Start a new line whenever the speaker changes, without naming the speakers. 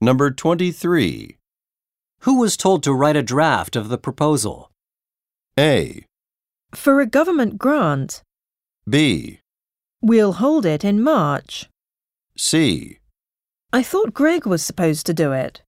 Number 23.
Who was told to write a draft of the proposal?
A.
For a government grant,
B.
we'll hold it in March.
C.
I thought Greg was supposed to do it.